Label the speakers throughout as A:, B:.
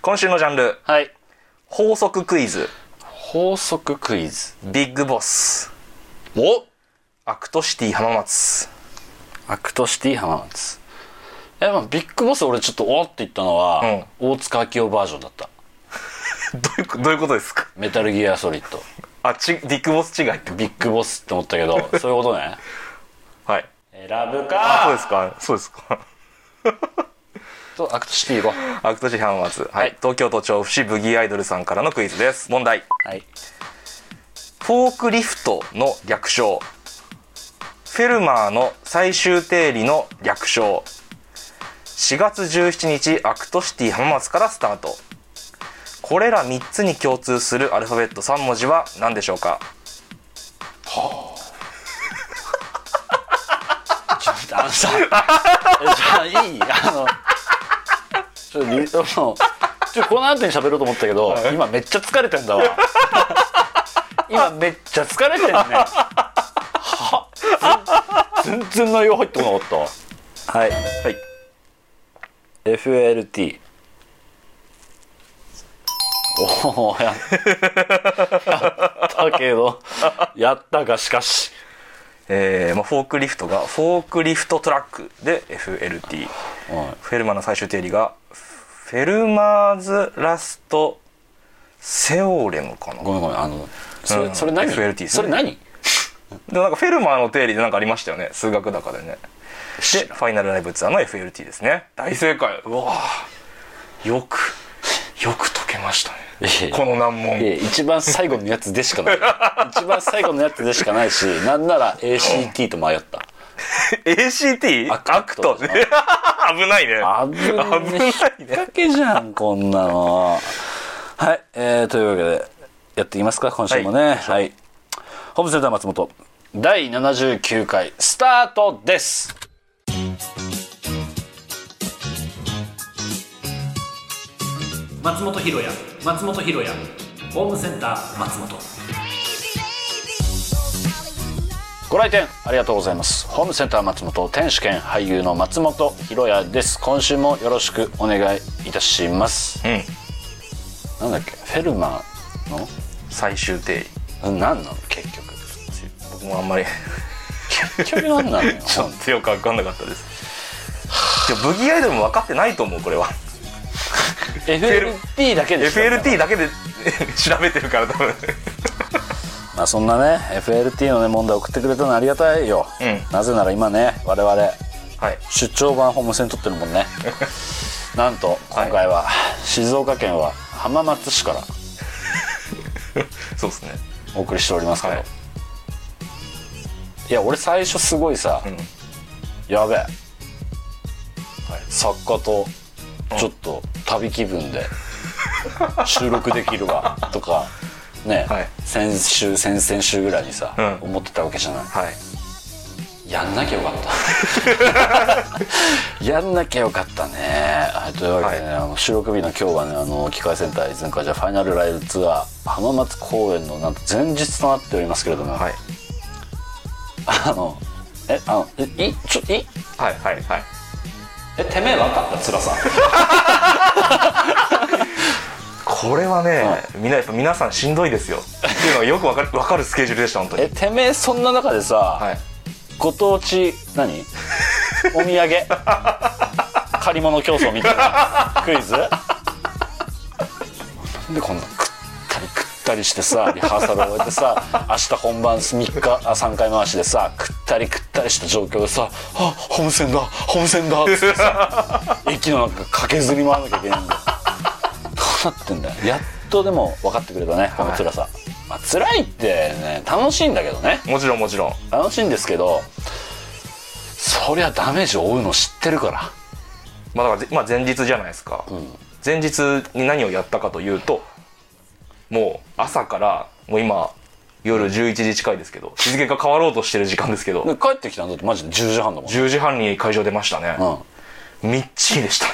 A: 今週のジャンル、
B: はい。
A: 法則クイズ、
B: 法則クイズ。
A: ビッグボス、
B: お
A: アクトシティ浜松。
B: アクトシティ浜松。いや、まあビッグボス俺ちょっとおーって言ったのは、大塚明夫バージョンだった。
A: どういうこ、どういうことですか
B: メタルギアソリッド。
A: あ、ち、ビッグボス違いってこと
B: ビッグボスって思ったけ ど、そういうことね。
A: はい。
B: 選ぶ
A: あ、そう
B: か
A: ですかそうです か
B: と、アクトシティ行こう。
A: アクトシティ浜松。は
B: はいい。
A: 東京都調布市ブギーアイドルさんからのクイズです。問題。
B: はい。
A: フォークリフトの略称フェルマーの最終定理の略称4月17日アクトシティ浜松からスタートこれら3つに共通するアルファベット3文字は何でしょうか
B: ちょっとあのさ、じゃあいいあの、 ちょっとり、あの、ちょこの後に喋ろうと思ったけど、今めっちゃ疲れてんだわ。今めっちゃ疲れてんね。は全全然内容入ってこなかった。はい。
A: はい
B: FLT。おお、やっやったけど、やったがしかし。
A: えーまあ、フォークリフトがフォークリフトトラックで FLT
B: はい
A: フェルマーの最終定理がフェルマーズ・ラスト・セオレムかな
B: ごめんごめんあのそれ,、
A: うん
B: それ何
A: FLT ですね
B: それ何
A: でもなんかフェルマーの定理でなんかありましたよね数学高でねでファイナルライブツアーの FLT ですね大正解うわーよくよく解けました
B: いえ
A: ね
B: いえ
A: この難
B: いや
A: 問
B: 一番最後のやつでしか ない一番最後のやつでしかないしなんなら ACT と迷った
A: ACT?
B: アク ト
A: 危ないね
B: 危な
A: 危ない
B: い
A: ね
B: 引っ掛けじゃんこんなのはい、えー、というわけでやっていきますか今週もねはい、ホームセンター松本第79回スタートです
C: 松本ひろや松本ひろやホームセンター松本
B: ご来店ありがとうございますホームセンター松本天主兼俳優の松本ひろやです今週もよろしくお願いいたします
A: うん
B: なんだっけフェルマーの
A: 最終定理
B: うん何なの結局
A: 僕もあんまり
B: 結局何なのよ 本
A: 強く分かんなかったですいやブギーアイドルも分かってないと思うこれは
B: 当 FLT だけでしょ
A: FLT だけで 調べてるから多分
B: まあそんなね FLT のね問題送ってくれたのありがたいよ、
A: うん
B: なぜなら今ね我々
A: はい
B: 出張版ホームセン撮ってるも んねなんと今回は静岡県は浜松市から
A: そうですね
B: お送りしておりますけど、
A: はい
B: い、や俺最初すごいさ、
A: ん
B: やべえ、作家とちょっと旅気分で収録できる わとかね、
A: はい
B: 先週先々週ぐらいにさ、
A: うん
B: 思ってたわけじゃな
A: はい
B: いやんなきゃよかっ たやんなきゃよかったね、はい、というわけでね、あの収録日の今日はねあの機械センター前回じゃファイナルライブツアー浜松公演のなんと前日となっておりますけれども、
A: はい
B: あの、え、あの、え、い、ちょ、い、
A: はいはいはい
B: え、てめえ分かった、辛さ。
A: これはね、みんなやっぱ皆さんしんどいですよっていうのがよくわかる わかるスケジュールでした本当に
B: え、てめえ、そんな中でさ、
A: はい
B: ご当地、何お土産。借り物競争みたいなクイズなんでこんな食ったり食ったりしてさリハーサル終えてさ明日本番3日あ3回回しでさ食ったり食ったりした状況でさ「あホームセンだホームセンだ」っつってさ駅の中駆けずり回らなきゃいけないんだよどうなってんだよやっとでも分かってくれたねこの辛さ、まあ、辛いってね楽しいんだけどね
A: もちろんもちろん
B: 楽しいんですけどそりゃダメージを負うの知ってるから
A: まあだからぜ、まあ、前日じゃないですか、前日に何をやったかというともう朝からもう今夜11時近いですけど日付が変わろうとしてる時間ですけど
B: で帰ってきたんだってマジで10時半だもん、
A: 10時半に会場出ましたね、
B: う
A: みっちりでしたね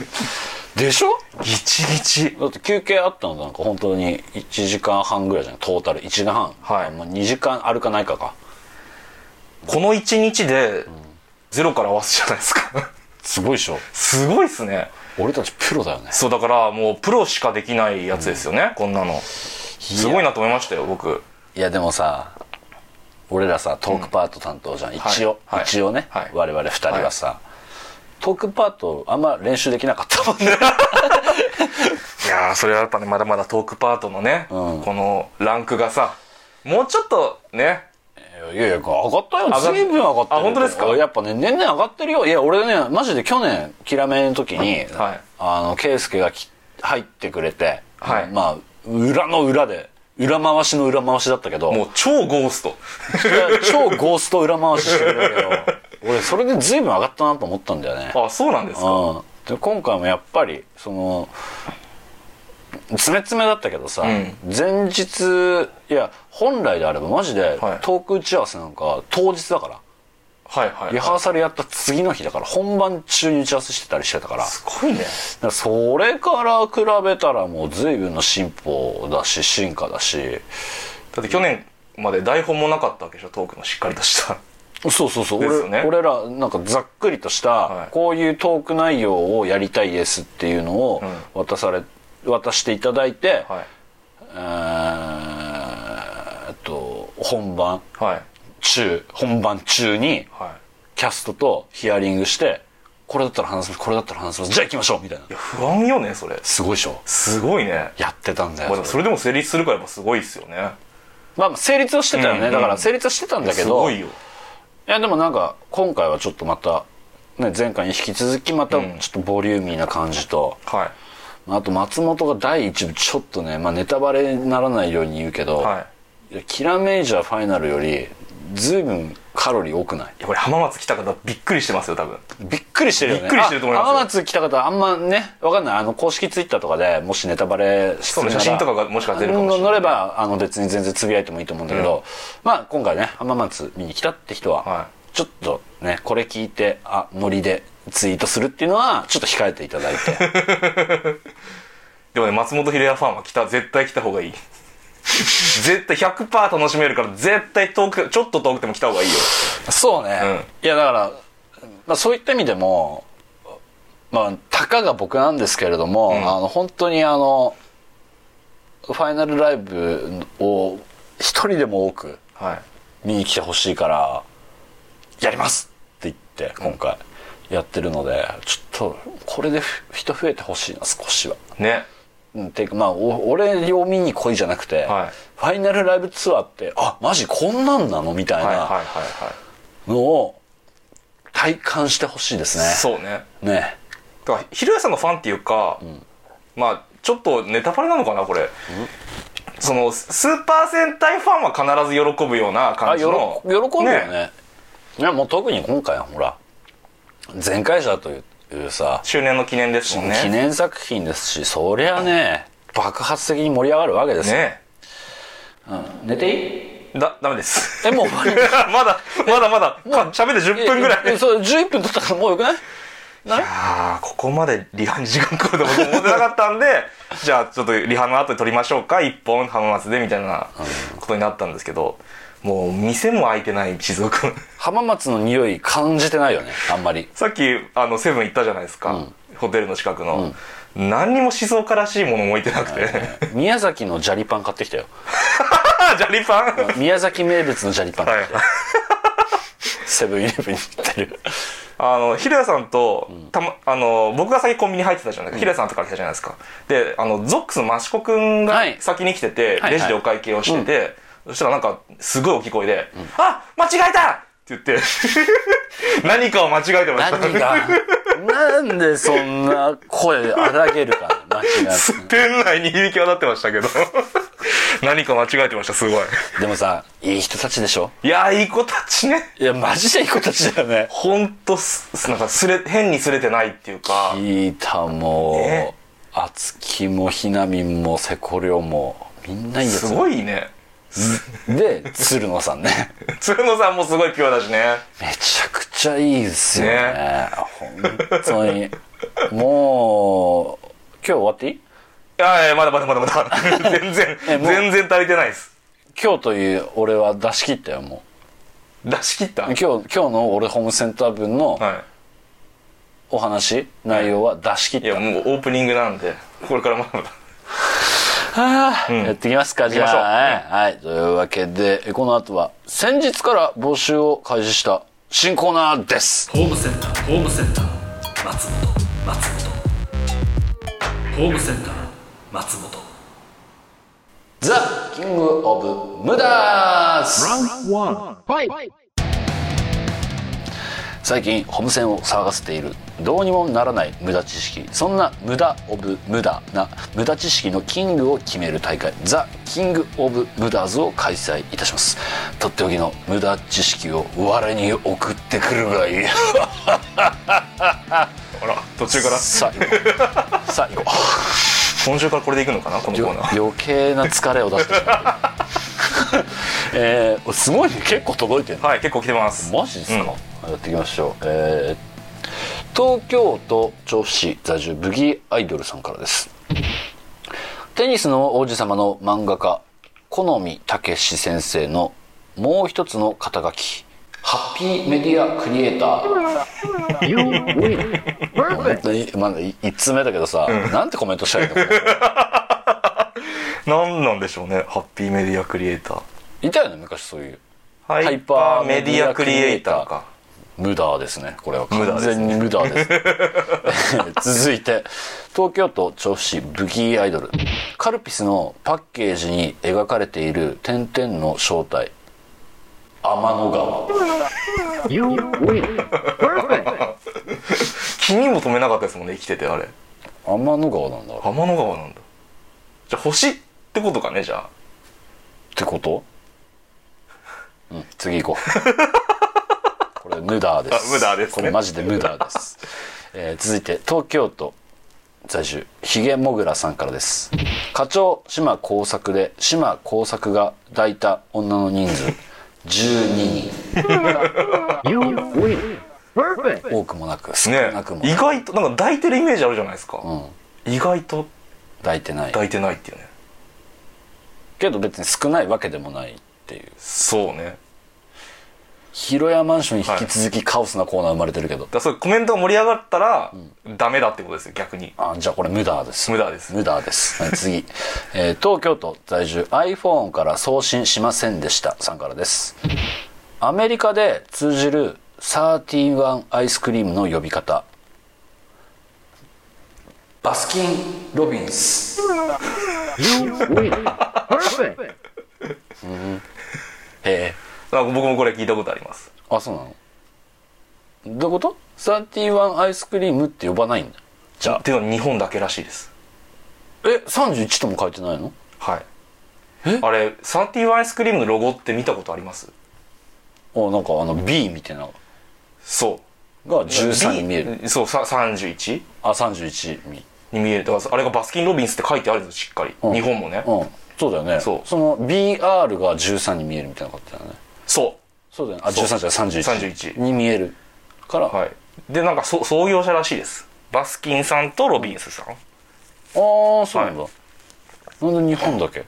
B: ん、でしょ
A: ギチギチ
B: だって休憩あったのなんか本当に1時間半ぐらいじゃないトータル1時間半、
A: はい
B: あもう2時間あるかないかか
A: この1日でゼロから合わすじゃないですか
B: すごいでしょ
A: すごいっすね
B: 俺たちプロだよね
A: そうだからもうプロしかできないやつですよね、こんなのすごいなと思いましたよ僕
B: いやでもさ俺らさトークパート担当じゃん、一応、
A: はい
B: 一応ね、
A: はい
B: 我々2人はさ、トークパートあんま練習できなかったもんね
A: いやーそれはやっぱねまだまだトークパートのね、
B: うん
A: このランクがさもうちょっとね
B: いやいや上がったよ
A: がっ
B: 随分上がってる
A: あ本当ですか
B: やっぱね年々上がってるよいや俺ねマジで去年キラメの時に、
A: はい
B: あの圭介がき入ってくれて、
A: はい
B: まあ裏の裏で裏回しの裏回しだったけど
A: もう超ゴースト
B: いや超ゴースト裏回ししてくれるけど 俺それで随分上がったなと思ったんだよね
A: あそうなんですか
B: うん、で今回もやっぱりその詰め詰めだったけどさ、
A: ん
B: 前日いや本来であればマジで
A: はい
B: トーク打ち合わせなんか当日だから、
A: はいはい、
B: リハーサルやった次の日だから本番中に打ち合わせしてたりしてたから
A: すごいね
B: だからそれから比べたらもう随分の進歩だし進化だし
A: だって去年まで台本もなかったわけでしょトークのしっかりとした
B: そうそうそう、
A: ですよ
B: 俺
A: ね
B: 俺らなんかざっくりとした、
A: い
B: こういうトーク内容をやりたいですっていうのを渡され、渡していただいて、
A: はい
B: えーっと本番
A: はい
B: 中本番中に
A: はい
B: キャストとヒアリングしてこれだったら話せますこれだったら話せますじゃあ行きましょうみたいない
A: や不安よねそれ
B: すごいでしょ
A: すごいね
B: やってたんだよ
A: まあ、でも
B: それ
A: それでも成立するからやっぱすごいですよね
B: まあまあ成立はしてたよね、
A: うんうん
B: だから成立はしてたんだけ
A: す
B: ど
A: ごいよ
B: いやでもなんか今回はちょっとまた、ね、前回に引き続きまたちょっとボリューミーな感じと、
A: は
B: あと松本が第一部ちょっとね、まあ、ネタバレにならないように言うけど、
A: いはい
B: いやキラメイジャーファイナルより随分カロリー多くない
A: いやこれ浜松来た方びっくりしてますよ多分
B: びっくりしてるよね
A: びっくりしてると思います
B: あ浜松来た方あんまねわかんないあの公式ツイッターとかでもしネタバレし
A: そうね写真とかがもしかしたら出るかもしれない
B: 乗ればあの別に全然つぶやいてもいいと思うんだけど、まあ今回ね浜松見に来たって人は、
A: は
B: ちょっとねこれ聞いてあノリでツイートするっていうのはちょっと控えていただいて
A: でもね松本秀哉ファンは来た絶対来た方がいい 絶対100%楽しめるから絶対遠くちょっと遠くても来た方がいいよ
B: そうね、いやだから、まあ、そういった意味でもまあたかが僕なんですけれども、あの本当にあのファイナルライブを一人でも多く
A: はい
B: 見に来てほしいからやりますって言って今回やってるので、ちょっとこれでふ人増えてほしいな少しは。
A: ね
B: うんっていうかまあお俺を見に来いじゃなくて、
A: はい
B: ファイナルライブツアーってあマジこんなんなのみたい
A: はい
B: な、
A: はいはいはい
B: のを体感してほしいですね。
A: そうね
B: ね
A: だからひろやさんのファンっていうか、まあちょっとネタバレなのかなこれ、そのスーパー戦隊ファンは必ず喜ぶような
B: あ
A: 感じ
B: よ
A: の
B: ろ喜んでるねいやもう特に今回はほら前回者というさ、
A: 周年の記念ですもんね
B: 記念作品ですしそりゃね爆発的に盛り上がるわけですよ、
A: ね
B: 寝ていい
A: だダメです
B: えもう終わり
A: まだまだまだか喋って10分ぐらい
B: ええそう11分経ったからもうよくない
A: あーここまでリハに時間かかると僕思ってなかったんでじゃあちょっとリハの後で撮りましょうか一本浜松でみたいなことになったんですけどもう店も開いてない静岡の
B: 浜松の匂い感じてないよねあんまり
A: さっきあのセブン行ったじゃないですか、ホテルの近くの、何にも静岡らしいものも置いてなくて
B: 宮崎の砂利パン買ってきたよ
A: あジャリパンはい
B: 宮崎名物の砂利パン買ってきたセブンイレブンに行ってる
A: あのひろやさんとた、ま、あの僕が先コンビニ入ってたじゃないですか、ひろやさんとか来たじゃないですかであのゾックスの益子くんが
B: はい
A: 先に来てて、
B: はい
A: レジでお会計をしてて、そしたらなんかすごい大きい声で「あ間違えた!」って言って 何かを間違えてました
B: 何が なんでそんな声荒げるかね間違
A: 店内に響き渡ってましたけど 何か間違えてましたすごい
B: いでもさいい人たちでしょ
A: いやーいい子たちね
B: いやマジでいい子たちだよね
A: ほんとすなんかすれ変にすれてないっていうか
B: いいたも
A: ね
B: 敦貴もひなみんもせこりょうもみんないいや
A: す
B: つ
A: ごいね
B: で鶴野さんね
A: 鶴野さんもすごいピュアだしね
B: めちゃくちゃいいですよね
A: ね
B: 本当にもう今日終わっていい
A: いやいやまだまだまだま だ全然
B: えもう
A: 全然足りてないです
B: 今日という俺は出し切ったよも
A: 出し切った
B: う今日今日の俺ホームセンター分の
A: は
B: お話内容は出し切っ
A: い
B: た、
A: やもうオープニングなんでこれからまだ
B: あーやっていきますかじゃ
A: 行きましょう
B: あ、はいというわけでえこの後は先日から募集を開始した新コーナーです
C: ホームセンターホームセンター松本松本ホームセンター松本
B: 「ザ・キング・オブ・ムダーズ」最近ホームセンを騒がせているどうにもならない無駄知識そんな無駄オブ無駄な無駄知識のキングを決める大会ザ・キング・オブ・無駄ズを開催いたしますとっておきの無駄知識を我に送ってくるがいい
A: あら途中から
B: さあ行こうさあ行こう
A: 今週からこれでいくのかなこのコーナー
B: 余計な疲れを出して しまったえー、すごいね結構届いてる
A: はい結構来てます
B: マジです
A: うん
B: か、やっていきましょう、えー東京都調布市在住ブギーアイドルさんからですテニスの王子様の漫画家好み武史先生のもう一つの肩書きハッピーメディアクリエイター本当に、まあ、1通目だけどさ、なんてコメントしたらいいの これ
A: 何なんでしょうねハッピーメディアクリエイター
B: いたよね昔そういう
A: ハ
B: イ
A: イ
B: パ
A: パ
B: ー
A: ー
B: メ
A: メ
B: デ
A: デ
B: ィ
A: ィ
B: ア
A: ア
B: ク
A: ク
B: リ
A: リ
B: エ
A: エ
B: イ
A: イ
B: タ
A: タ
B: ー
A: ー
B: か
A: か
B: 無駄ですねこれは
A: 無
B: 完
A: 駄です
B: 全に無駄です 続いて東京都調布市ブギーアイドルカルピスのパッケージに描かれている点々の正体天の川
D: You win. Perfect.
A: 気にも留めなかったですもんね生きててあれ
B: 天の川なんだっ
A: 天の川なんだじゃあ星ってことかねじゃあ
B: てことうん次行こう これ無駄で
A: あ
B: す
A: 無駄ですね
B: これマジで無駄です、えー続いて東京都在住ひげもぐらさんからです課長島耕作で島耕作が抱いた女の人数12人
D: You win. Perfect.
B: 多くもなく少
A: ね
B: なくもな
A: 意
B: く、
A: 外となんか抱いてるイメージあるじゃないですか、
B: うん、
A: 意外と
B: 抱いてない
A: 抱いてないっていうね
B: けど別に少ないわけでもないっていう
A: そうね
B: 広屋マンションに引き続きカオスなコーナー生まれてるけど、
A: だからそういうコメントが盛り上がったら、ダメだってことですよ逆に
B: あじゃあこれ無駄です
A: 無駄です
B: 無駄です、はい、次、えー東京都在住 iPhone から送信しませんでしたさんからですアメリカで通じる31アイスクリームの呼び方バスキン・ロビンス
D: You win. Perfect.
B: へえ
A: なんか僕もこれ聞いたことあります
B: あそうなのどういうこと ?31 アイスクリームって呼ばないんだじゃあ
A: っていうのは日本だけらしいです
B: え31とも書いてないの
A: はいあれサーティワンアイスクリームのロゴって見たことあります
B: おなんかあの B みたいなの
A: そう
B: が13に見える
A: るそうさ31
B: あ31に
A: に見えるだからあれがバスキン・ロビンスって書いてあるんですよしっかり、
B: ん
A: 日本もね、
B: うんそうだよね
A: そう
B: の BR が13に見えるみたいなことだよね
A: そ
B: そうだよねあ
A: そう
B: 13じゃない31
A: 31
B: に見えるから、
A: うはいでなんかそ創業者らしいですバスキンさんとロビンスさん
B: ああそうなんだ、なんで日本だけ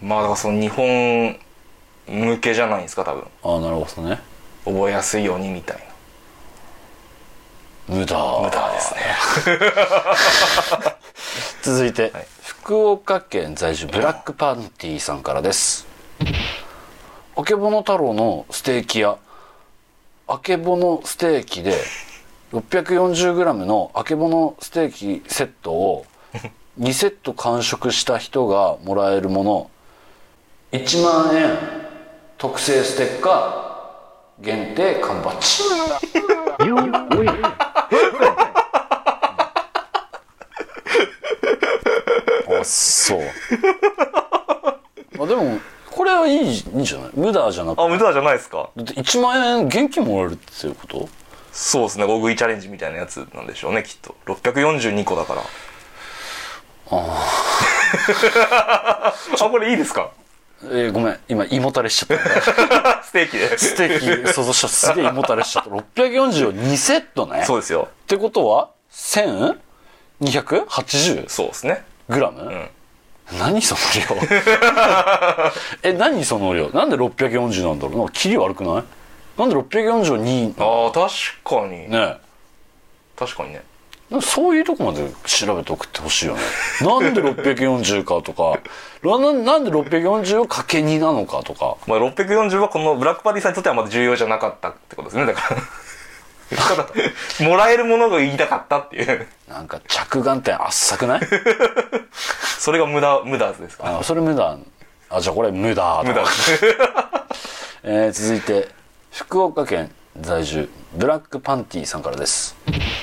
A: まあだからその日本向けじゃないですか多分
B: ああなるほどね
A: 覚えやすいようにみたい
B: 無駄
A: な無駄ですね
B: 続いて、
A: い
B: 福岡県在住ブラックパンティさんからですあけぼの太郎のステーキ屋あけぼのステーキで 640g のあけぼのステーキセットを2セット完食した人がもらえるもの1万円特製ステッカー限定缶バッジ
D: You win. Perfect.
B: あそうあでもこれはいいいいんじゃない無駄じゃなくて
A: あ無駄じゃないですか
B: だって1万円現金もらえるっていうこと
A: そうですね大食いチャレンジみたいなやつなんでしょうねきっと642個だから あこれいいですか
B: えー、ごめん今胃もたれしちゃった
A: ステーキで
B: ステーキ想像したすげえ胃もたれしちゃった640を2セットね
A: そう
B: っ
A: ですよ
B: てことは 1280g
A: そうですね
B: 何その量 え何その量なんで640なんだろうなんかキリ悪くないなんで640を2
A: ああ確かに
B: ね
A: 確かにね
B: でもそういうとこまで調べておくってほしいよね。なんで640かとか、ななんで640をかけ2なのかとか。
A: まあ、640はこのブラックパティさんにとってはまだ重要じゃなかったってことですねだ からただもらえるものが言いたかったっていう
B: なんか着眼点あっさくない
A: それが無駄無駄ですか
B: あそれ無駄。あ、じゃあこれ無駄
A: 無駄
B: だ。 えー続いて、福岡県在住、ブラックパンティさんからです。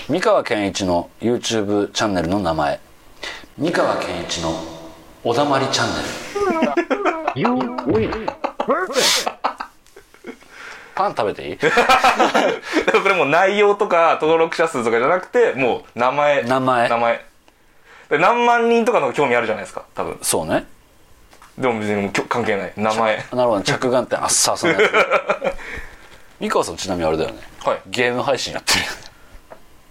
B: 三河健一の YouTube チャンネルの名前。三河健一のおだまりチャンネル。
D: You win. Perfect.
B: パン食べていい
A: だからこれもう内容とか登録者数とかじゃなくてもう名前
B: 名前
A: 名前で何万人とかの方が興味あるじゃないですか多分
B: そうね。
A: でも別にもうきょ関係ない名前
B: なるほど、着眼点あっさそのやつ三河さんちなみにあれだよね
A: はい
B: ゲーム配信やってる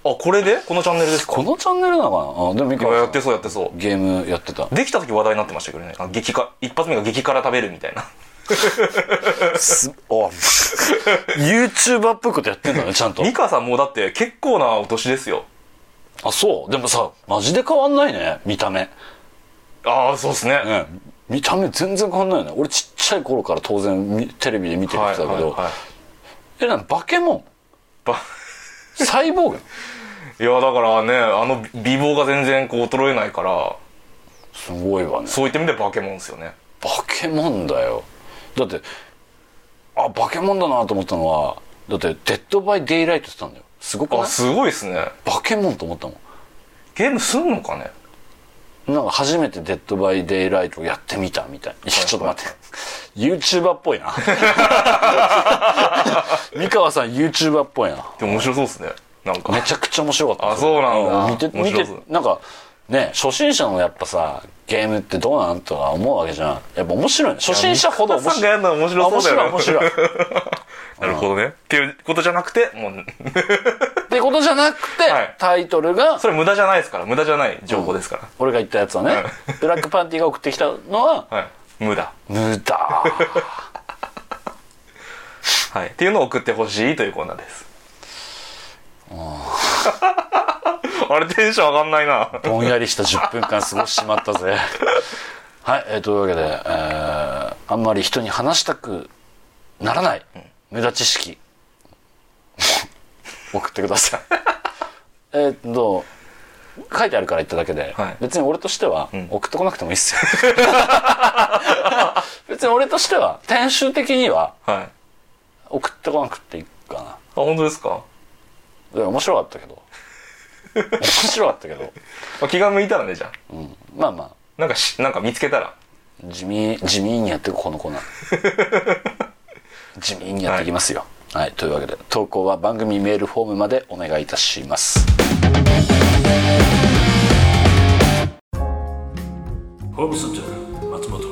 A: あこれでこのチャンネルですか
B: このチャンネルなのかなあでも三
A: いやや
B: 河
A: って
B: さ
A: そうやってそ
B: んゲームやってた
A: うできた時話題になってましたけどねあの激辛一発目が激辛食べるみたいな
B: すお YouTuber っぽいことやってんだねちゃんと
A: 美川さんもうだって結構なお年ですよ
B: あそうでもさマジで変わんないね見た目
A: ああそうですね
B: ね見た目全然変わんないよね俺ちっちゃい頃から当然みテレビで見てる人だ
A: はいは
B: け
A: い
B: ど、
A: はい
B: えなんバケモン
A: ば
B: サイボーグ
A: いやだからねあの美貌が全然こう衰えないから
B: すごいわね
A: そういった意味でバケモンですよね
B: バケモンだよだってあバケモンだなと思ったのはだって「デッド・バイ・デイ・ライト」って言ってたんだよすごくない
A: あすごいですね
B: バケモンと思ったも
A: ゲームすんのかね
B: んなんか初めて「デッド・バイ・デイ・ライト」をやってみたみたいいやちょっと待って YouTuber っぽいな 三河さん YouTuber っぽいな
A: でも面白そうですねなんか
B: めちゃくちゃ面白かった
A: あそうなんだ
B: 見て
A: 面
B: 見
A: 白
B: て
A: そう
B: なんかね初心者のやっぱさゲームってどうなんとか思うわけじゃんやっぱ面白いね初心者ほど面
A: さんが
B: 白
A: や
B: い
A: るのは面
B: あ
A: 白
B: 面
A: そうだよ
B: 白い
A: ね
B: 面白い
A: なるほどねっていうことじゃなくてもう
B: ってことじゃなくて、
A: はい
B: タイトルが
A: それ無駄じゃないですから無駄じゃない情報ですから、
B: 俺が言ったやつはね、ブラックパンティが送ってきたのは
A: はい無駄
B: 無駄
A: はいっていうのを送ってほしいというコーナーです あれテンション上がんないな
B: ぼんやりした10分間過ごしてしまった ぜはい、えーというわけで、えーあんまり人に話したくならない無駄知識 送ってく ださいえっと書いてあるから言っただけで、
A: はい
B: 別に俺としては送ってこなくてもいいっ すよ 別に俺としては編集的には
A: はいあ
B: 送ってこなくていいか
A: 本当ですか
B: なで面白かった けど面白かったけど、
A: まあ気が向いたらねじゃあ
B: うん、まあまあ
A: なんかしなんか見つけたら
B: 地味地味にやっていくこのコーナー地味にやっていきますよはい、というわけで投稿は番組メールフォームまでお願いいたします
C: ホームセンター松本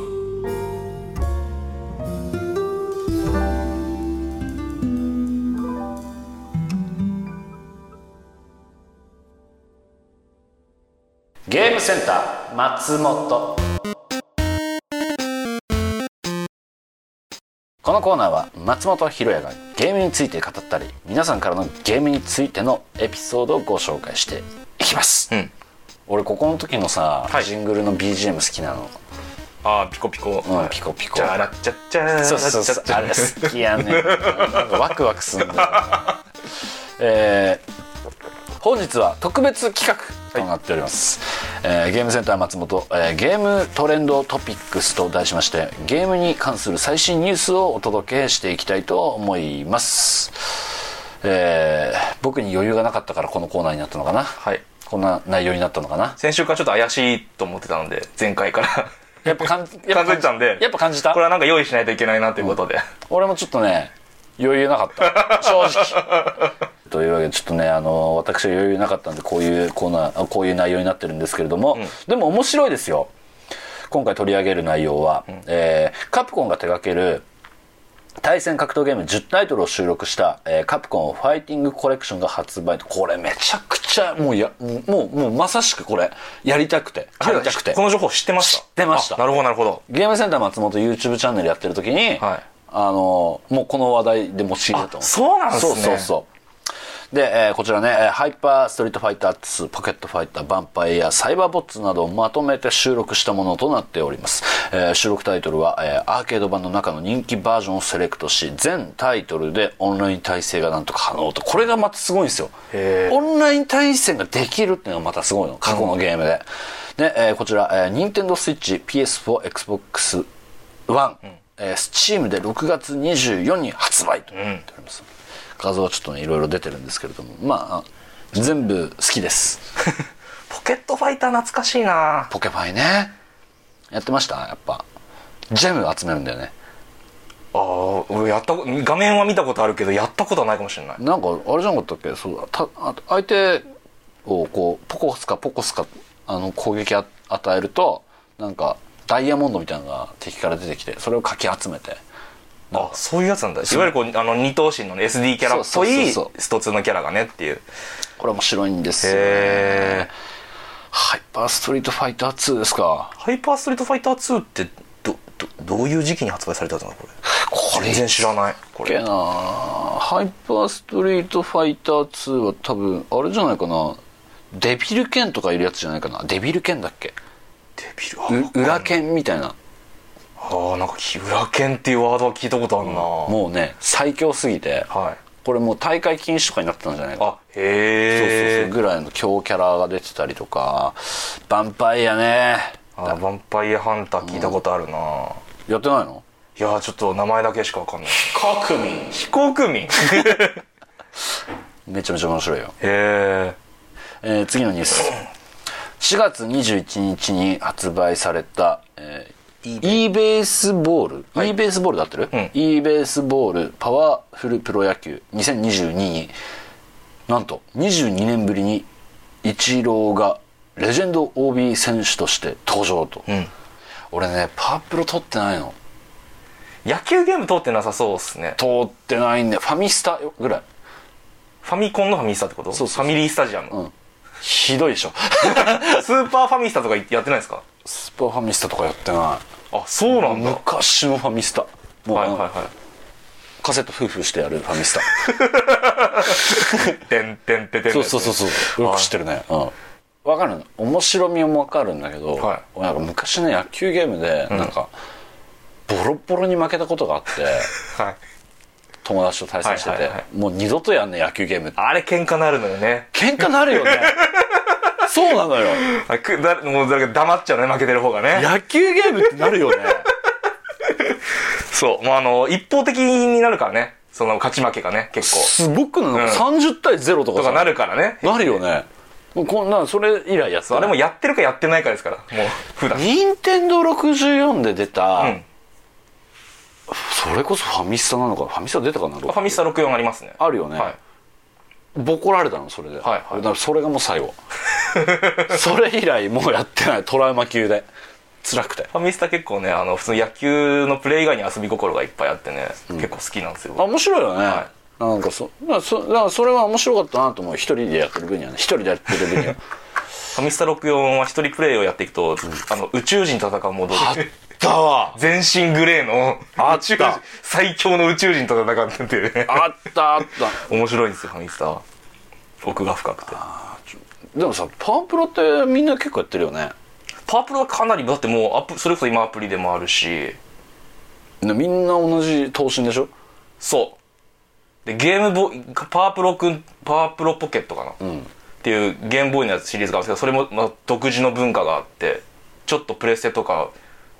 B: ゲームセンター松本このコーナーは松本ひろやがゲームについて語ったり皆さんからのゲームについてのエピソードをご紹介していきます、
A: うん
B: 俺ここの時のさ、
A: はい
B: ジングルの BGM 好きなの、
A: あーピコピコ、
B: うん、ピコピコ
A: チャラッチャッチャラッチ
B: そ
A: ャ
B: うそうそう
A: ッチャ
B: あれ好きやねなんかワクワクするんだよなえー本日は特別企画となっております、えーゲームセンター松本、えーゲームトレンドトピックスと題しましてゲームに関する最新ニュースをお届けしていきたいと思います、えー僕に余裕がなかったからこのコーナーになったのかな、
A: はい
B: こんな内容になったのかな
A: 先週からちょっと怪しいと思ってたので前回から
B: やっぱかんや
A: 感
B: っ
A: じて
B: ぱ
A: たんで
B: やっぱ感じた
A: これはなんか用意しないといけないなということで、
B: 俺もちょっとね余裕なかった正直というわけでちょっとねあの私は余裕なかったんでこういうコーナーあこういう内容になってるんですけれども、でも面白いですよ今回取り上げる内容は、えーカプコンが手掛ける対戦格闘ゲーム10タイトルを収録した、えーカプコンファイティングコレクションが発売とこれめちゃくちゃもうやもうもうまさしくこれやりたくてやりたくて
A: この情報知ってました
B: 知ってました
A: あなるほどなるほど
B: ゲームセンター松本 YouTube チャンネルやってる時に、
A: はい
B: あのもうこの話題でも知りだと思う
A: あそうなんですね
B: そうそうそうで、えーこちらねえーハイパーストリートファイター2ポケットファイターヴァンパイアサイバーボッツなどをまとめて収録したものとなっております、えー収録タイトルは、えーアーケード版の中の人気バージョンをセレクトし全タイトルでオンライン対戦がなんとか可能とこれがまたすごいんですよオンライン対戦ができるっていうのがまたすごいの過去のゲームで、で、えーこちら、えー、Nintendo Switch PS4Xbox 1、えー、Steam で6月24日に発売となっております、画像はちょっとねいろいろ出てるんですけれどもまああ全部好きです
A: ポケットファイター懐かしいな
B: ポケファイねやってましたやっぱジェム集めるんだよね
A: あー俺やったこ画面は見たことあるけどやったことはないかもしれない
B: なんかあれじゃなかったっけそうだたあ相手をこうポコスかポコスかあの攻撃あ与えるとなんかダイヤモンドみたいなのが敵から出てきてそれをかき集めて
A: あそういうやつなんだいわゆるこうあの二等身のね SD キャラっぽい
B: そうそうそう
A: スト2のキャラがねっていう
B: これ面白いんですよ
A: へ
B: ねハイパーストリートファイター2ですか
A: ハイパーストリートファイター2ってどどどういう時期に発売されたんだこれ
B: こ
A: 全然知らないこ
B: け
A: れ
B: なハイパーストリートファイター2は多分あれじゃないかなデビル剣とかいるやつじゃないかなデビル剣だっけ
A: デビル
B: う裏剣みたいな
A: ああなんかき裏剣っていうワードは聞いたことあるな、
B: もうね最強すぎて
A: はい
B: これもう大会禁止とかになってたんじゃない
A: あ
B: か
A: へえ
B: そうそうそうぐらいの強キャラが出てたりとかヴァンパイアね
A: あーヴァンパイアハンター聞いたことあるな、い
B: やってないの
A: やーちょっと名前だけしかわかんない
B: 国民
A: 非公民へ
B: めちゃめちゃ面白いよ
A: え
B: えー次のニュース4月21日に発売された、えー e ベースボール、e ベースボールだってる、e ベースボールパワフルプロ野球2022になんと22年ぶりにイチローがレジェンド OB 選手として登場と、
A: ん
B: 俺ねパワープロ取ってないの
A: 野球ゲーム通ってなさそうっすね
B: 通ってないんでファミスタぐらい、
A: ファミコンのファミスタってこと
B: そうそうそう
A: ファミリースタジアム、
B: うん、ひどいでしょ
A: スーパーファミスタとかやってないですか
B: スーパーファミスタとかやってない
A: あそうなんだ
B: 昔のファミスタもう、
A: はいはいは
B: カセット夫婦してやるファミスタ
A: いてんてんてんてん
B: そうそうそうそう よく知ってるね、うん、分かるの面白みも分かるんだけど、
A: は
B: なんか昔ね野球ゲームでなんか、ボロボロに負けたことがあって
A: はい
B: 友達と対戦してて、
A: はいはいは
B: もう二度とやんね野球ゲームって
A: あれ喧嘩なるのよね
B: 喧嘩なるよね そうなのよ
A: あくだもうだから黙っちゃうね負けてる方がね
B: 野球ゲームってなるよね
A: そうもうあの一方的になるからねその勝ち負けがね結構
B: すごくないなんか30対0とか
A: と
B: さ
A: かなるからね
B: なるよねもうこんなそれ以来やつ
A: そうあれもやってるかやってないかですからもう普段
B: 任天堂64で出た、
A: うん
B: それこそファミスタなのかファミスタ出たかな
A: ファミスタ64ありますね
B: あるよね、
A: はい
B: ボコられたのそれで、
A: はいはい
B: だからそれがもう最後 それ以来もうやってないトラウマ級で辛くて
A: ファミスタ結構ねあの普通に野球のプレー以外に遊び心がいっぱいあってね、結構好きなんです
B: あ
A: よ
B: 面白いよね、
A: は
B: なんかそだからそだからそれは面白かったなと思う一人でやってる分にはね一人でやってる分に は
A: ファミスタ64は一人プレイをやっていくと、あの宇宙人と戦うモード
B: あったわ
A: 全身グレーの
B: あった
A: 宇宙人最強の宇宙人と戦っててね
B: あったあった
A: 面白いんですよファミスタは奥が深くて
B: でもさパワープロってみんな結構やってるよね
A: パワープロはかなりだってもうアップそれこそ今アプリでもあるし
B: ねみんな同じ投身でしょ
A: そうでゲームボーイパワープロくんパワープロポケットかな、っていうゲームボーイのやつシリーズがあるんですけどそれも、まあ、独自の文化があってちょっとプレステとか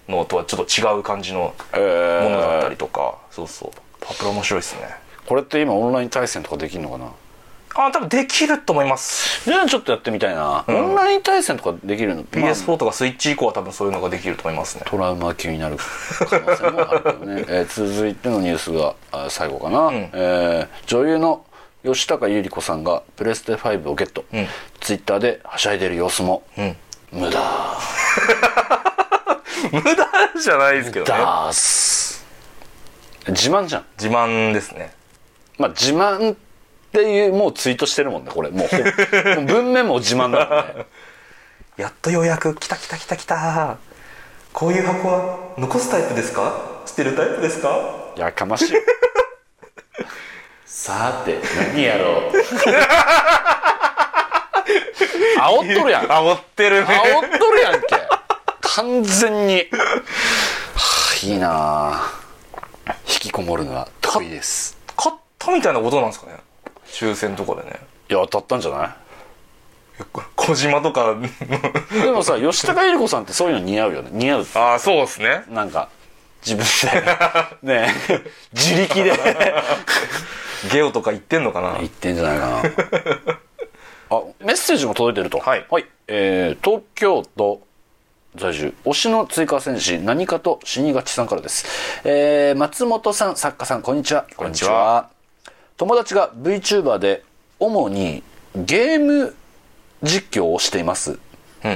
A: のとはちょっと違う感じの
B: えー
A: ものだったりとか、そうそうパワープロ面白いですね
B: これって今オンライン対戦とかできるのかな
A: あ多分できると思います
B: じゃあちょっとやってみたいな、オンライン対戦とかできるの
A: PS4 とかスイッチ以降は多分そういうのができると思いますね
B: トラウマ級になる可能性もあるけど ね、えー続いてのニュースがあ最後かな、えー女優の吉高由里子さんがプレステ5をゲット、ツイッターではしゃいでる様子も、無駄
A: 無駄じゃないですけどね
B: だーす自慢じゃん
A: 自慢ですね
B: まあ自慢っていうもうツイートしてるもんねこれもうほもう文面も自慢だもん ね
A: やっとようやく来た来た来た来たこういう箱は残すタイプですか捨てるタイプですか
B: やかましいさて何やろう煽っとるやん煽
A: あ持ってるね
B: っとるやんけ完全に、はあ、いいなあ引きこもるのは得意です
A: 買ったみたいなことなんですかね抽選とかでね
B: いや当たったんじゃない
A: 小島とか
B: でもさ吉高由里子さんってそういうの似合うよね似合う
A: ああそうですね
B: なんか自分でねえ自力で
A: ゲオとか言ってんのかな
B: 言ってんじゃないかなあメッセージも届いてると
A: はい
B: えー東京都在住推しの追加戦士何かと死にがちさんからです、えー松本さん作家さんこんにちはこ
A: んにちは
B: 友達が VTuber で主にゲーム実況をしています
A: う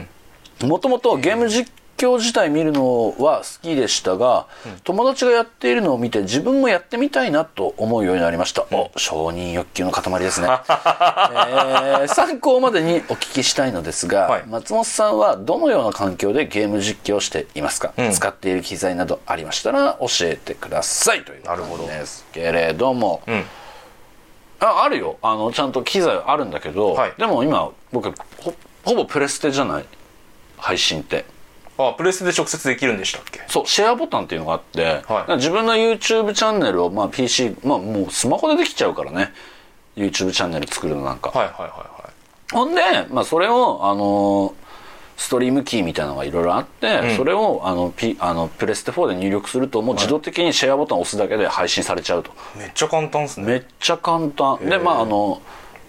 A: ん
B: もともとゲーム実況自体見るのは好きでしたが、友達がやっているのを見て自分もやってみたいなと思うようになりました、お承認欲求の塊です ね、えー参考までにお聞きしたいのですが、
A: はい
B: 松本さんはどのような環境でゲーム実況をしていますか、
A: ん
B: 使っている機材などありましたら教えてくださいというこ
A: なるほ
B: と
A: ど
B: ですけれども
A: ん
B: ああるよあのちゃんと機材あるんだけど、
A: はい
B: でも今僕ほほぼプレステじゃない配信って
A: あプレスで直接できるんでしたっけ
B: そうシェアボタンっていうのがあって、だから自分の YouTube チャンネルを、まあ、PC、まあ、もうスマホでできちゃうからね YouTube チャンネル作るのなんか、
A: はいはいは
B: ほんで、まあ、それを、あのーストリームキーみたいなのがいろいろあって、それをあの、P、あのプレステ4で入力するともう自動的にシェアボタンを押すだけで配信されちゃうと、
A: いはいめっちゃ簡単ですね
B: めっちゃ簡単でまああの、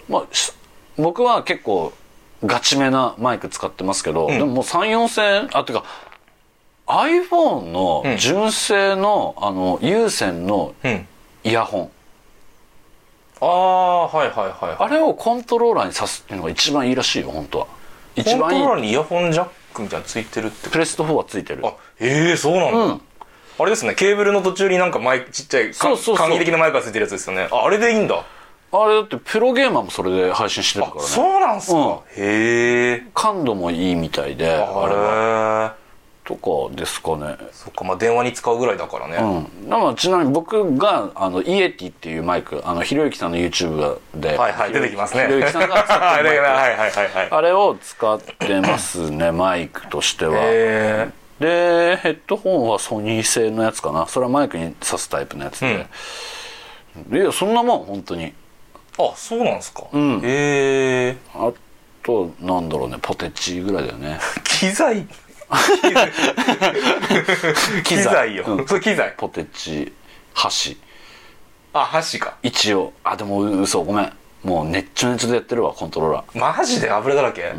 B: まあ、し僕は結構ガチめなマイク使ってますけど、でももう34000あてか iPhone の純正の,、あの有線の
A: うん
B: イヤホン
A: ああはいはいはい
B: あれをコントローラーに挿すっていうのが一番いいらしいよ本当は
A: コ
B: 一
A: ントロ
B: 番いい
A: ーラーにイヤホンジャックみたいなのついてるってこ
B: プレスト4はついてる
A: とあええー、そうなんだ、
B: うん
A: あれですねケーブルの途中になんかマイクちっちゃいか
B: そうそうそう
A: 簡易的なマイクがついてるやつですよねああれでいいんだ
B: あれだってプロゲーマーもそれで配信してるからね
A: そうなんすか、
B: うん
A: へえ
B: 感度もいいみたいであれは
A: あれ
B: とかですかね
A: そっかまあ電話に使うぐらいだからね、
B: うん、だからちなみに僕があのイエティっていうマイクあのひろゆきさんの YouTube で
A: はいはい出てきますね
B: ひろゆきさんが使っ
A: あ
B: て
A: れ
B: るマイク
A: はいはいはいはい
B: あれを使ってますねマイクとしては、
A: え
B: でヘッドホンはソニー製のやつかなそれはマイクに挿すタイプのやつで、いやそんなもん本当に
A: ー、あそうなんすか、へ
B: ん
A: え
B: あとなんだろうねポテチぐらいだよね
A: 機 材機材よ、
B: うん
A: そう機材
B: ポテチ箸
A: あ箸か
B: 一応あでも嘘ごめんもうネッチョネチョでやってるわコントローラー
A: マジで油だらけ、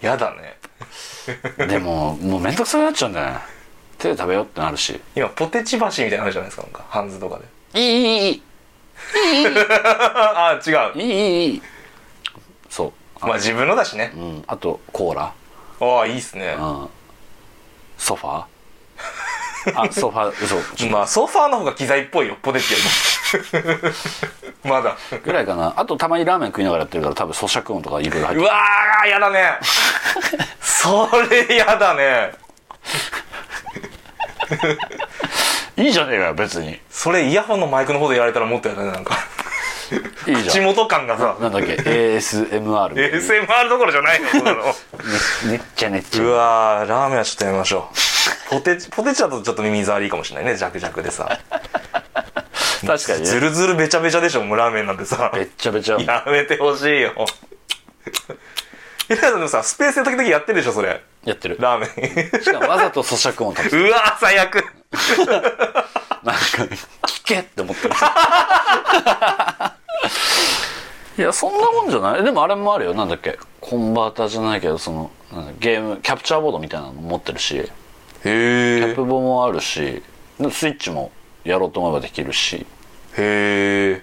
A: やだね
B: でももう面倒くさくなっちゃうんだよね手で食べようってなるし
A: 今ポテチ箸みたいなのあるじゃないですかなんかハンズとかで
B: いいいいいい
A: ああ違う
B: いいいいいそうあ,、
A: まあ自分のだしね、
B: うん、あとコーラ、
A: ああいいっすね、
B: うん、ソファー あソファー嘘ちょ
A: まあソファーの方が機材っぽいよポテチよりも まだ
B: ぐらいかなあとたまにラーメン食いながらやってるから多分咀嚼音とかいろいろ入っ
A: う
B: て
A: わーやだねそれやだね
B: いいじゃねえかよ別にいい
A: それイヤホンのマイクの方でやられたらもっとやだねなんか
B: じ
A: 口
B: ゃん
A: 元感がさ
B: なんだっけ ASMR みたいな
A: SMR どころじゃ ないよそんなの
B: ねねっちゃねっち
A: う
B: ゃ
A: わーラーメンはちょっとやめましょうポテチポテチだとちょっと耳障りかもしれないね弱弱でさ
B: 確かに
A: ズ
B: ね
A: ルズルべちゃべちゃでしょもうラーメンなんてさ
B: べっちゃべちゃ
A: やめてほしいよ平井さんでもさスペースで時々やってるでしょそれ
B: やってる
A: ラーメン
B: しかもわざと咀嚼音とか
A: うわー最悪
B: なんか聞けって思ってる いやそんなもんじゃないでもあれもあるよなんだっけコンバーターじゃないけどそのなんだゲームキャプチャーボードみたいなの持ってるしキ
A: へ
B: ャプボもあるしでスイッチもやろうと思えばできるしっ
A: へえ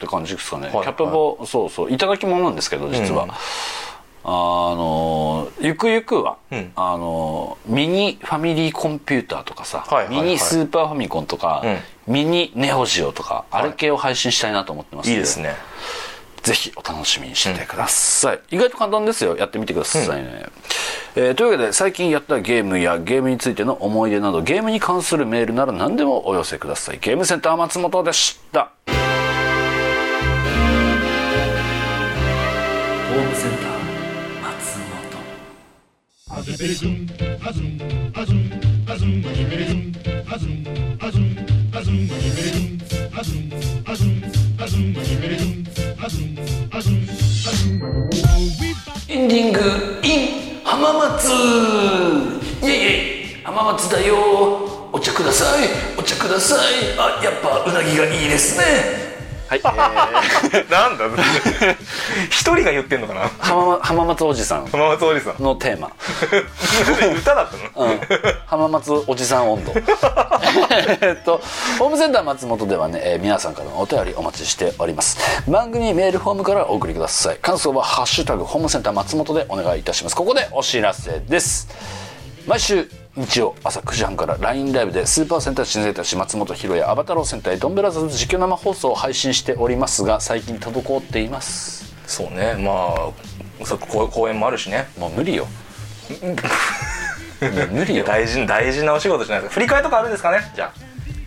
B: て感じですかね、
A: はい
B: キャプボ、そうそういただき物なんですけど実は、あのゆくゆくは、
A: うん
B: あのミニファミリーコンピューターとかさ、
A: はいはいはい
B: ミニスーパーファミコンとか、
A: う
B: ミニネオジオとか、あれ系を配信したいなと思ってますん
A: いいですね
B: ぜひお楽しみにしててください、意外と簡単ですよやってみてくださいね、えーというわけで最近やったゲームやゲームについての思い出などゲームに関するメールなら何でもお寄せくださいゲームセンター松本でした
C: エンディング in 浜松イエイイエイ浜松だよお茶くださいお茶くださいあやっぱうなぎがいいですね
B: はい、え ー
A: なんだ一人が言ってんのかな
B: 浜ま浜松おじさん
A: 浜松おじさん
B: のテーマ、
A: 歌だったの
B: うん、浜松おじさん温度えーっとホームセンター松本ではね、えー皆さんからのお便りお待ちしております番組メールフォームからお送りください感想は「ハッシュタグホームセンター松本」でお願いいたしますここでお知らせです毎週日曜朝9時半から LINE ライブでスーパーセンター新生たち松本ひろやアバタロー戦隊ドンベラザーズ実況生放送を配信しておりますが最近滞っています
A: そうねまあそこ公演もあるしね
B: もう無理よもう無理よ
A: 大事大事なお仕事じゃないですか振り替えとかあるんですかねじゃ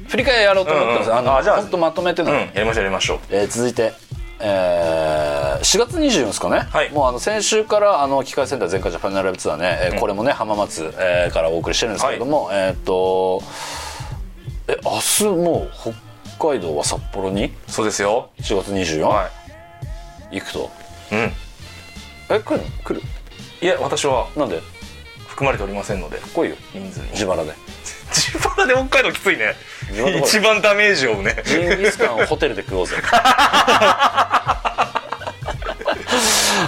B: 振り返りやろうと思ってます、
A: うんうん
B: あの
A: あじゃあ
B: ほんとまとめて
A: あ
B: の、
A: うんやりましょうやりましょう
B: えー続いて、えー4月24ですかね、
A: はい
B: もうあの先週からあの機械センター全開ジャパンライブツアーね、えーこれもね浜松、えーからお送りしてるんですけれども、えーっとえ明日もう北海道は札幌に
A: そうですよ
B: 4月24、
A: は
B: 行くと
A: いうん
B: え来るの来る
A: いや私は
B: なんで
A: 含まれておりませんので
B: 来いよ
A: 人数に
B: 自腹で
A: 自腹で北海道きついね
B: 自腹で
A: 一番ダメージを負うね
B: ジンギスカンをホテルで食おうぜ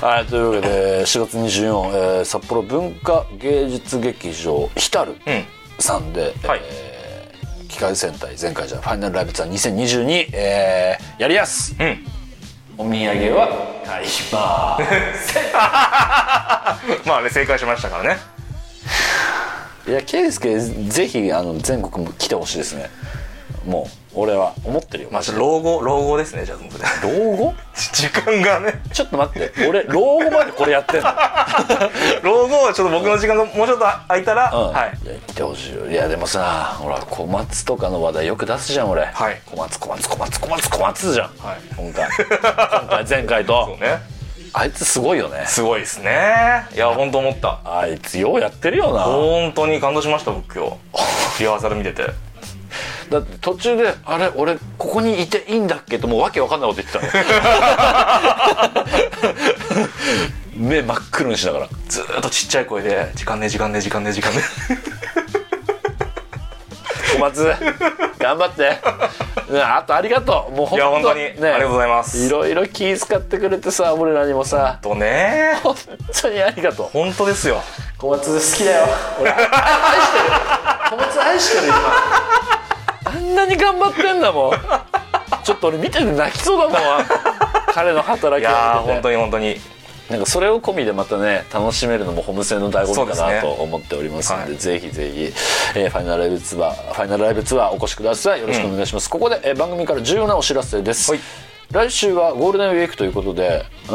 B: はい、というわけで4月24、えー札幌文化芸術劇場ひたる
A: うん
B: さんで、
A: はい
B: えー機械戦隊前回じゃファイナルライブツアー2022、えーやりやす
A: うん
B: お土産は買いま
A: まああれ正解しましたからね
B: すいや圭介ぜひあの全国も来てほしいですねもう俺は思ってるよ
A: まあちょっと老後老後ですねじゃあそれ
B: 老後
A: 時間がね
B: ちょっと待って俺老後までこれやってんの
A: 老後はちょっと僕の時間がもうちょっと空いたら、
B: うん、
A: はい
B: いや来てほしいよいやでもさほら小松とかの話題よく出すじゃん俺、
A: はい
B: 小松小松小松小松小松じゃん、
A: はい
B: 今回 今回前回と
A: そうね
B: あいつすごいよね
A: すごいですねいや本当思った
B: あいつようやってるよな
A: 本当に感動しました僕今日リハーサル見てて
B: だって途中で「あれ俺ここにいていいんだっけ?」ともうわけわかんないこと言ってた の目真っ黒にしながら
A: ずーっとちっちゃい声で「時間ね時間ね時間ね時間ね
B: 「小松頑張って」ねあとありがとうもう」
A: い
B: 本
A: や
B: 当
A: 本当に、ありがとうございま
B: い
A: す
B: ろいろ気遣ってくれてさ俺らにもさ
A: とね
B: 本当にありがとう
A: 本当ですよ
B: 小松好きだよ俺愛してる小松愛してる今あんなに頑張ってんだもんちょっと俺見てて泣きそうだもん彼の働
A: い
B: きを見て
A: や
B: て
A: ー本当に本当に
B: なんかそれを込みでまたね楽しめるのもホームセンの醍醐味
A: そう
B: か
A: です
B: な
A: ね
B: と思っておりますの
A: は
B: で
A: い
B: ぜひぜひ、えーファイナルライブツアーファイナルライブツアーお越しくださいよろしくお願いします、ここで、えー番組から重要なお知らせです、
A: はい
B: 来週はゴールデンウィークということでん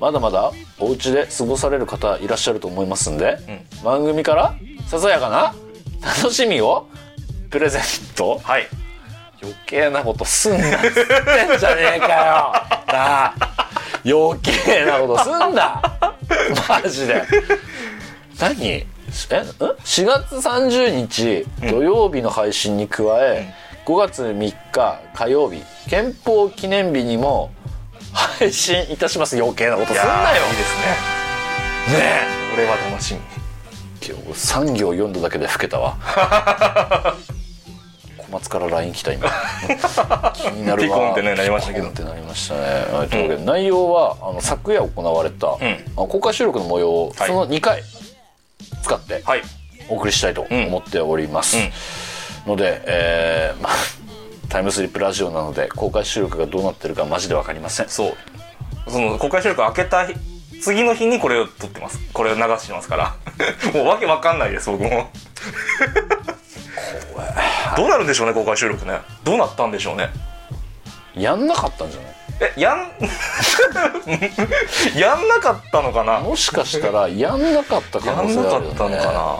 B: まだまだお家で過ごされる方いらっしゃると思いますんで、番組からささやかな楽しみをプレゼント
A: はい
B: 余計なことすんなっつってんじゃねえかよなあ余計なことすんなマジで何えん ?4 月30日土曜日の配信に加え、5月3日火曜日憲法記念日にも配信いたします余計なことすん
A: い
B: な
A: やーいい
B: よ
A: ですね
B: ね
A: これは楽しみ
B: え今日3行読んだだけで老 けたわ小松から LINE 来 た今気になるわ
A: 離婚ってねなりましたけど
B: 離婚ってなりましたね、はいというわけで内容はあの昨夜行われた、あ公開収録の模様を
A: はい
B: その2回使って
A: はい
B: お送りしたいと思っております、
A: うん
B: ので、えーまあ タイムスリップラジオなので公開収録がどうなってるかマジで分かりません
A: そうその公開収録開けた日次の日にこれを撮ってますこれを流してますから もうわけわかんないです僕もどうなるんでしょうね公開収録ねどうなったんでしょうね
B: やんなかったんじゃない
A: えやん やんなかったのかな
B: もしかしたらやんなかった可能性あるよね
A: やんなかったのかな
B: あ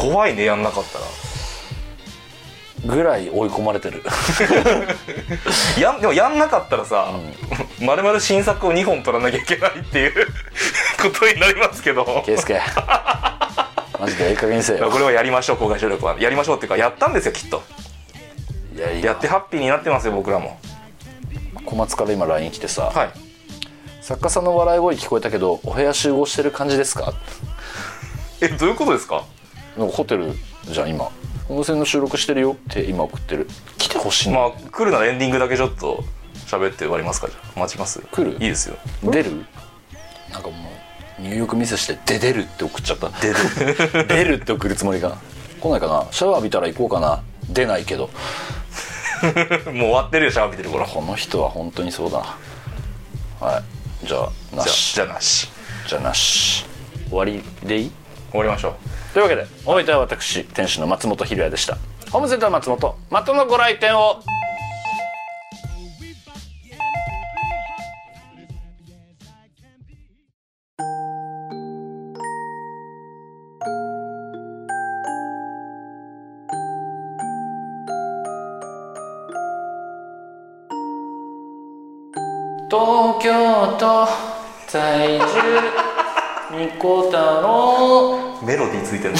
A: 怖いねやんなかったら
B: ーぐらい追い込まれ てる
A: やんでもやんなかったらさ、まるまる新作を2本撮らなきゃいけないっていうことになりますけど
B: 圭介マジでええ加減にせえよ
A: これはやりましょう公開収録はやりましょうっていうかやったんですよきっと
B: いやい
A: や
B: や
A: ってハッピーになってますよ僕らも
B: 小松から今 LINE 来てさ
A: はい
B: 作家さんの笑い声聞こえたけどお部屋集合してる感じですか
A: えどういうことですか
B: なんかホテルじゃん今温泉の収録してるよって今送ってる来てほしいな、
A: まあ来るならエンディングだけちょっと喋って終わりますかじゃあ待ちます
B: 来る
A: いいですよ
B: 出るなんかもう入浴ミスして「出出る」って送っちゃった出る 出るって送るつもりが来ないかなシャワー浴びたら行こうかな出ないけど
A: もう終わってるよシャワー浴びてる頃
B: この人は本当にそうだなはいじゃあな
A: じゃあ
B: し
A: じゃあなし
B: じゃあなし終わりでいい
A: 終わりましょう
B: というわけでお相手は私店主の松本ひ也でしたホームセンター松本またのご来店を
C: 東京都在住ニコ太郎
A: メロディーついてる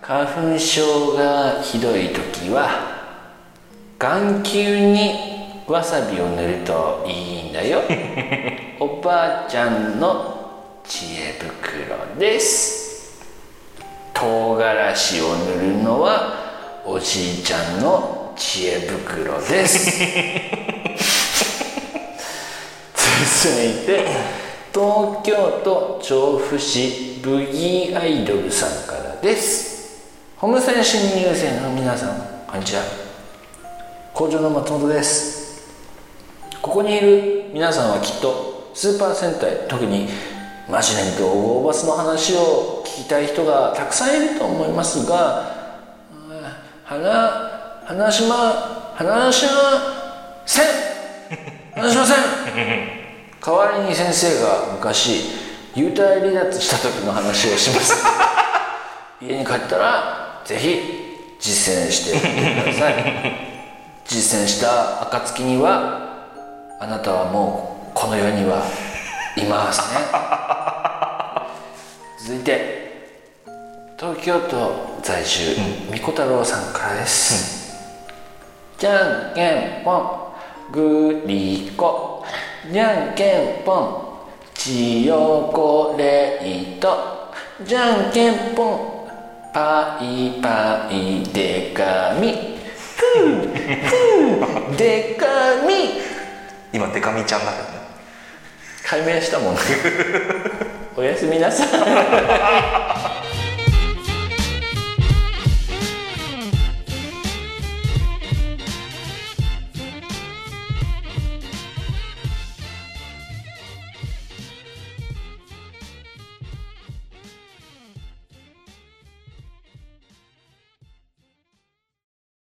C: 花粉症がひどい時は眼球にわさびを塗るといいんだよおばあちゃんの知恵袋です唐辛子を塗るのはおじいちゃんの知恵袋です続いて東京都調布市ブギーアイドルさんからですホームセン新入生の皆さんこんにちは工場の松本ですここにいる皆さんはきっとスーパー戦隊特にマジネンと大バスの話を聞きたい人がたくさんいると思いますが花花島花島せん花島せん代わりに先生が昔幽体離脱した時の話をします家に帰ったらぜひ実践してみてください実践した暁にはあなたはもうこの世にはいますね続いて東京都在住、みこ太郎さんからです、じゃんけんぽんグリコじゃんけんぽんチヨコレイトじゃんけんぽんパイパイでかみふーふーでかみ
A: 今デカミちゃんだけどね
C: 解明したもんねおやすみなさい